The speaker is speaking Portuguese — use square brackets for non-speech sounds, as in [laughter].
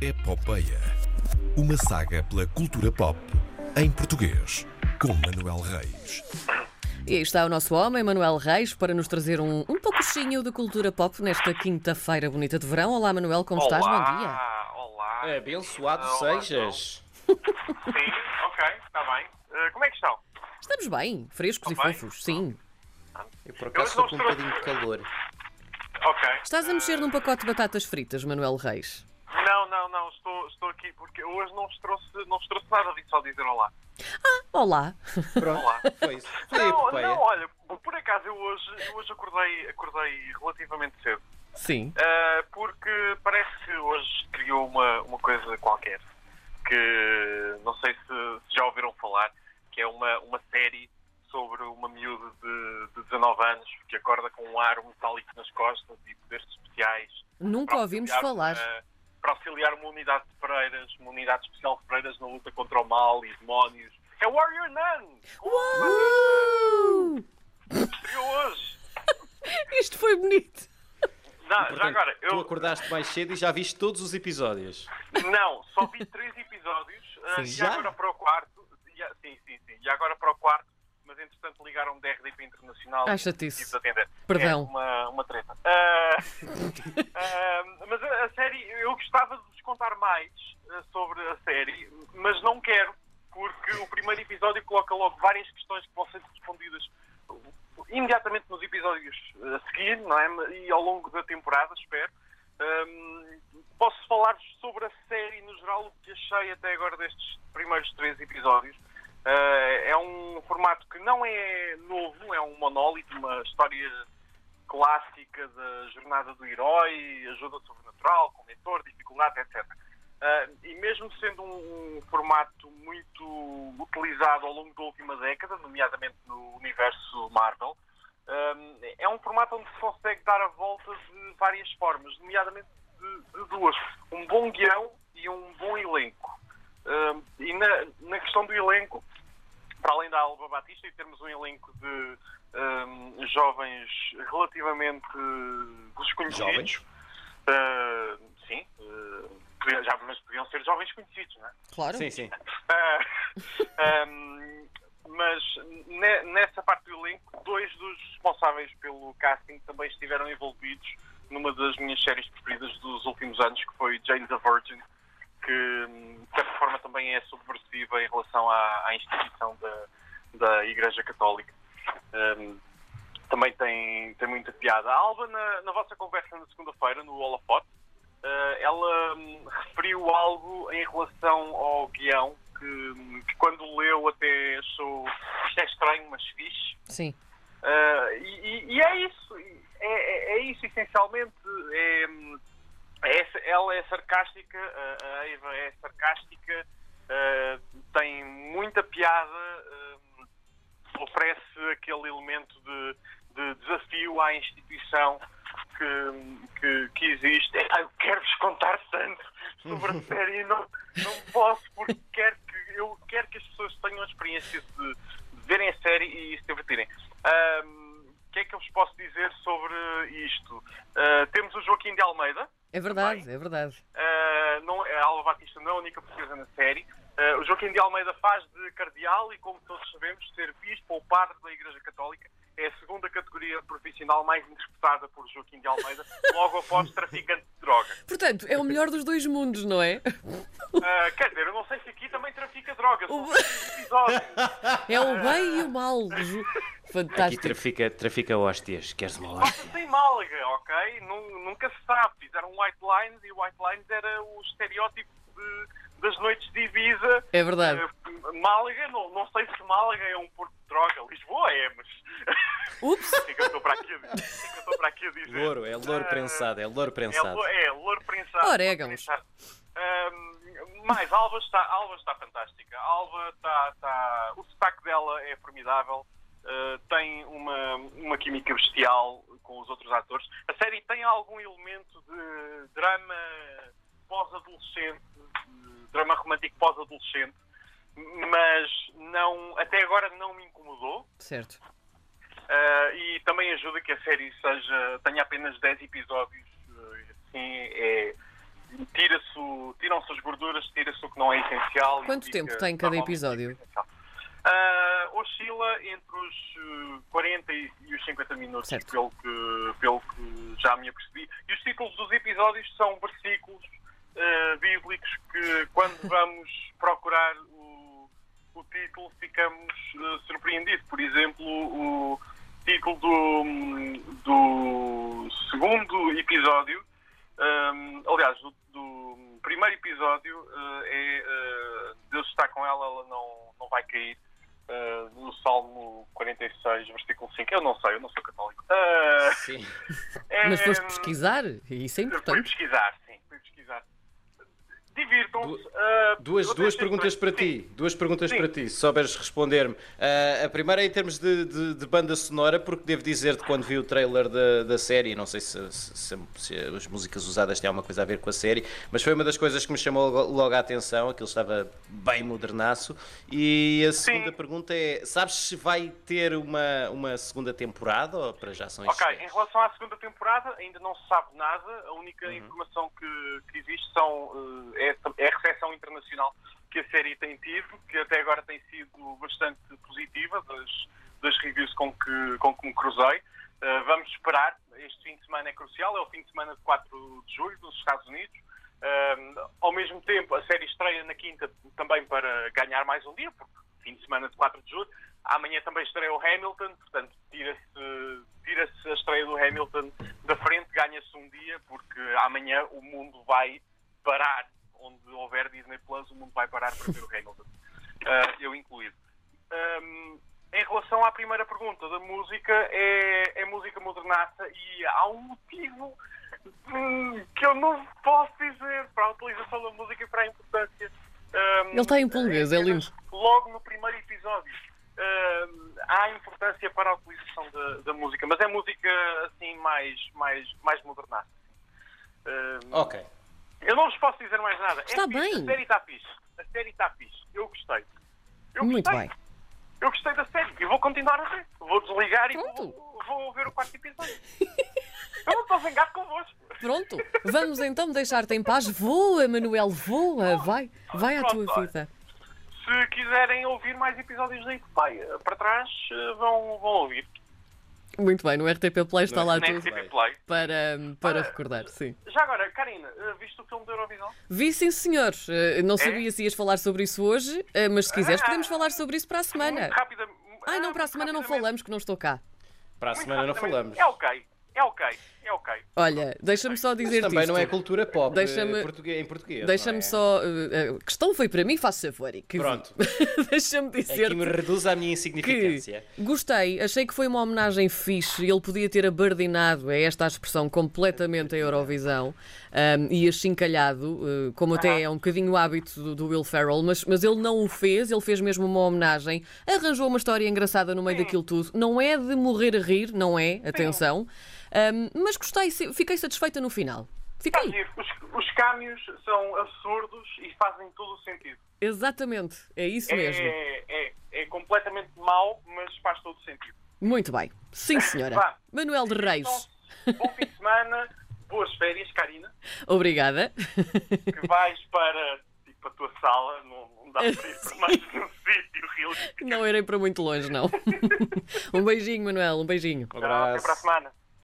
Epopeia. É Uma saga pela cultura pop em português, com Manuel Reis. E aí está o nosso homem, Manuel Reis, para nos trazer um, um pouquinho de cultura pop nesta quinta-feira bonita de verão. Olá, Manuel, como estás? Bom dia. Olá, olá. Abençoado Não, É, sejas. não. Sim, ok, está bem. Eh, como é que estão? Estamos bem, frescos e Estão bem? fofos, sim. Eu por acaso estou com um bocadinho de calor. Ok. Estás a mexer num pacote de batatas fritas, Manuel Reis. Não, não, não, estou, estou aqui porque hoje não vos trouxe, não vos trouxe nada disso só dizer olá. Olá. Pronto, Olá. foi isso. Foi a não, epopeia. não, olha, por acaso eu hoje, eu hoje acordei, acordei relativamente cedo. [laughs] Sim. Eh, porque parece que hoje criou uma, uma coisa qualquer que não sei se, se já ouviram falar, que é uma, uma série sobre uma miúda de, de 19 anos que acorda com um aro metálico nas costas e poderes especiais. Nunca para ouvimos falar. auxiliar eh, uma- para auxiliar uma unidade de freiras, uma unidade especial de freiras na luta contra o mal e demónios. É Warrior Nun! Uau! Estreou hoje! Isto foi bonito. Não, já Portanto, agora, eu, Tu acordaste mais cedo e já viste todos os episódios. Não, só vi três episódios ah, e Já? agora para o quarto. e a- sim, sim, sim. E agora para o quarto, mas entretanto ligaram da RDP Internacional Ah, e chatice. tive de atender. Perdão. É uma, uma treta. Ah, [laughs] ah, mas a, a série, eu gostava de vos contar mais ah, sobre a série, mas não quero, porque o primeiro episódio coloca logo várias questões que vão ser respondidas imediatamente nos episódios ah, a seguir, não é? E ao longo da temporada, espero. Hum, posso falar-vos sobre a série no geral, o que achei até agora destes primeiros três episódios. Uh, é um formato que não é novo, é um monólito, uma história clássica da jornada do herói, ajuda sobrenatural, com mentor, dificuldades, etc. Uh, e mesmo sendo um, um formato muito utilizado ao longo da última década, nomeadamente no universo Marvel, um, é um formato onde se consegue dar a volta de várias formas, nomeadamente de, de duas: um bom guião e um bom elenco. Um, e na, na questão do elenco, para além da Alba Batista, e termos um elenco de um, jovens relativamente desconhecidos. Jovens? Uh, sim, uh, podia- já, mas podiam ser jovens conhecidos, não é? Claro. Sim, sim. Ah, [laughs] ahm, mas ne- nessa parte do elenco, dois dos responsáveis pelo casting também estiveram envolvidos numa das minhas séries preferidas dos últimos anos, que foi Jane the Virgin, que hum, de certa forma também é subversiva em relação à, à instituição da, da Igreja Católica. Ahm, também tem, tem muita piada. A Alba, na, na vossa conversa na segunda-feira, no Holofote, eh, ela hum, referiu algo em relação ao guião que, hum, que quando leu até achou isto é estranho, mas fixe. Sim. Eh, e, e- e é isso, E é, é- é isso essencialmente. É, hum, é sa- ela é sarcástica, a- a Eva é sarcástica, eh, tem muita piada, hum, oferece aquele elemento de, de desafio à instituição que, que, que existe. Ah, Eu quero-vos contar tanto sobre a série e não, não posso, porque quero que, eu quero que as pessoas tenham a experiência de, de verem a série e se divertirem. Ahm, o que é que eu vos posso dizer sobre isto? Ah, temos o Joaquim de Almeida, É verdade, é verdade. Uh, não, a Alba Batista não é a única portuguesa na série. Uh, o Joaquim de Almeida faz de cardeal e, como todos sabemos, ser bispo ou padre da Igreja Católica é a segunda categoria profissional mais interpretada por Joaquim de Almeida, logo após traficante de droga. Portanto, é o melhor dos dois mundos, não [laughs] é? Uh, quer dizer, eu não sei se aqui também trafica droga, um são três episódios. É o bem e o mal. Ju- Aqui Fantástico. trafica, trafica hóstias. Queres uma hóstia? Passa-se em Málaga, ok? Nu- Nunca se sabe. Fizeram White Lines e White Lines era o estereótipo de- das noites de Ibiza. É verdade. Eh, Málaga, não, não sei se Málaga é um porto de droga. Lisboa é, mas. Ups. [laughs] O que é que eu estou para aqui a dizer? O que é que eu estou para aqui a dizer? Louro, é louro Ah, prensado, é louro É, prensado. lo- é louro prensado. Orégãos. Louro prensado. Ahm, mais, a Alba está, a Alba está fantástica. A Alba está, está- O sotaque dela é formidável. Ah, tem uma, uma química bestial com os outros atores. A série tem algum elemento de drama pós-adolescente, de drama romântico pós-adolescente, mas não, até agora não me incomodou. É. Certo. Uh, e também ajuda que a série seja tenha apenas 10 episódios uh, assim é eh, tira-se o, tira-se tiram-se as gorduras, tira-se o que não é essencial. e Quanto fica tempo tem cada normalmente episódio? essencial. Ah, oscila entre os eh, 40 e, e os 50 minutos, Certo. pelo que, pelo que já me apercebi. E os títulos dos episódios são versículos eh, bíblicos que, [laughs] quando vamos procurar o, o título, ficamos eh, surpreendidos. Por exemplo, o título do, do segundo episódio, hum, aliás, do, do primeiro episódio, eh, é eh, Deus está com ela, ela não, não vai cair. eh, no Salmo 46, versículo 5, eu não sei, eu não sou católico. Eh, Sim. é- Mas foste pesquisar? E isso é Fui importante. pesquisar, sim, fui pesquisar. Divirtam-se. Du- ah, Duas, eu duas deixei- perguntas para ti. Duas perguntas Sim. para ti, se souberes responder-me. Ah, a primeira é em termos de, de- de banda sonora, porque devo dizer-te quando vi o trailer da, da série, não sei se, se- se- se as músicas usadas têm alguma coisa a ver com a série, mas foi uma das coisas que me chamou logo- logo a atenção, aquilo estava bem modernaço. E a segunda pergunta é: sabes se vai ter uma, uma segunda temporada ou para já são Ok, em existentes? relação à segunda temporada, ainda não se sabe nada. A única informação que, que existe são, eh, é, é a recepção internacional que a série tem tido, que até agora tem sido bastante positiva das, das reviews com que, com que me cruzei. Eh, vamos esperar. Este fim de semana é crucial, é o fim de semana de 4 de julho nos Estados Unidos. Ahm, ao mesmo tempo, a série estreia na quinta também para ganhar mais um dia, porque fim de semana de 4 de julho. Amanhã também estreia o Hamilton, portanto, tira-se tira a estreia do Hamilton da frente, ganha-se um dia, porque amanhã o mundo vai parar. Onde houver Disney Plus, o mundo vai parar para ver o Hamilton. [laughs] Ah, eu incluído. Ahm, em relação à primeira pergunta da música, é, é música modernaça e há um motivo hum, que eu não posso dizer para a utilização da música e para a importância. Ahm, Ele está em polonês, é lindo. Logo no primeiro episódio hum, há importância para a utilização da, da música, mas é música assim mais, mais, mais modernaça. Hum, Ok. eu não vos posso dizer mais nada. Está é fixe, bem. A série está fixe. A série está fixe. Eu gostei. Eu Muito gostei. bem. Eu gostei da série. E vou continuar a ver. Vou desligar e Pronto. vou, vou ver o quarto episódio. [laughs] eu não estou zangado convosco. Pronto, vamos então deixar-te em paz. Voa, Manuel, voa, vai, vai à tua Pronto, vida. Se quiserem ouvir mais episódios da Pai para trás, eh, vão, vão ouvir. Muito bem, no RTP Play está lá Na tudo RTP Play. para, para recordar, sim. Já agora, Karina, eh, viste o filme da Eurovisão? Vi sim, senhor. Eh, Não sabia se ias falar sobre isso hoje, eh, mas se quiseres podemos falar sobre isso para a semana. Muito rápida. Ai, não, ah, para a semana não rapidamente. falamos, que não estou cá. Para a Muito semana não rapidamente. falamos. É ok. É ok. É ok. Olha, deixa-me só dizer-te Também não isto. é cultura pop um Deixa-me- eh, portugue- em português. não Deixa-me é? só. eh, A questão foi para mim, faz favor. e que- Pronto. [laughs] Deixa-me dizer. Aqui me reduz à minha insignificância. que gostei, achei que foi uma homenagem fixe. Ele podia ter abardinado, é esta a expressão, completamente a Eurovisão ahm, e achincalhado, eh, como até é um bocadinho o hábito do, do Will Ferrell, mas, mas ele não o fez, ele fez mesmo uma homenagem, arranjou uma história engraçada no meio daquilo tudo. Não é de morrer a rir, não é, atenção, ahm, mas gostei, se- fiquei satisfeita no final. Está Fiquei. giro. Os, os câmbios são absurdos e fazem todo o sentido. Exatamente, é isso mesmo. É, é, é completamente mau, mas faz todo o sentido. Muito bem. Sim, senhora. Vá. Manuel de Reis. Então, bom fim de semana, boas férias, Karina, Obrigada. [laughs] que vais para, tipo, a tua sala, não, não dá para ir para mais [laughs] um sítio realista. Não irei para muito longe, não. [laughs] Um beijinho, Manuel, um beijinho. Um Tchau, Até abraço. para a semana.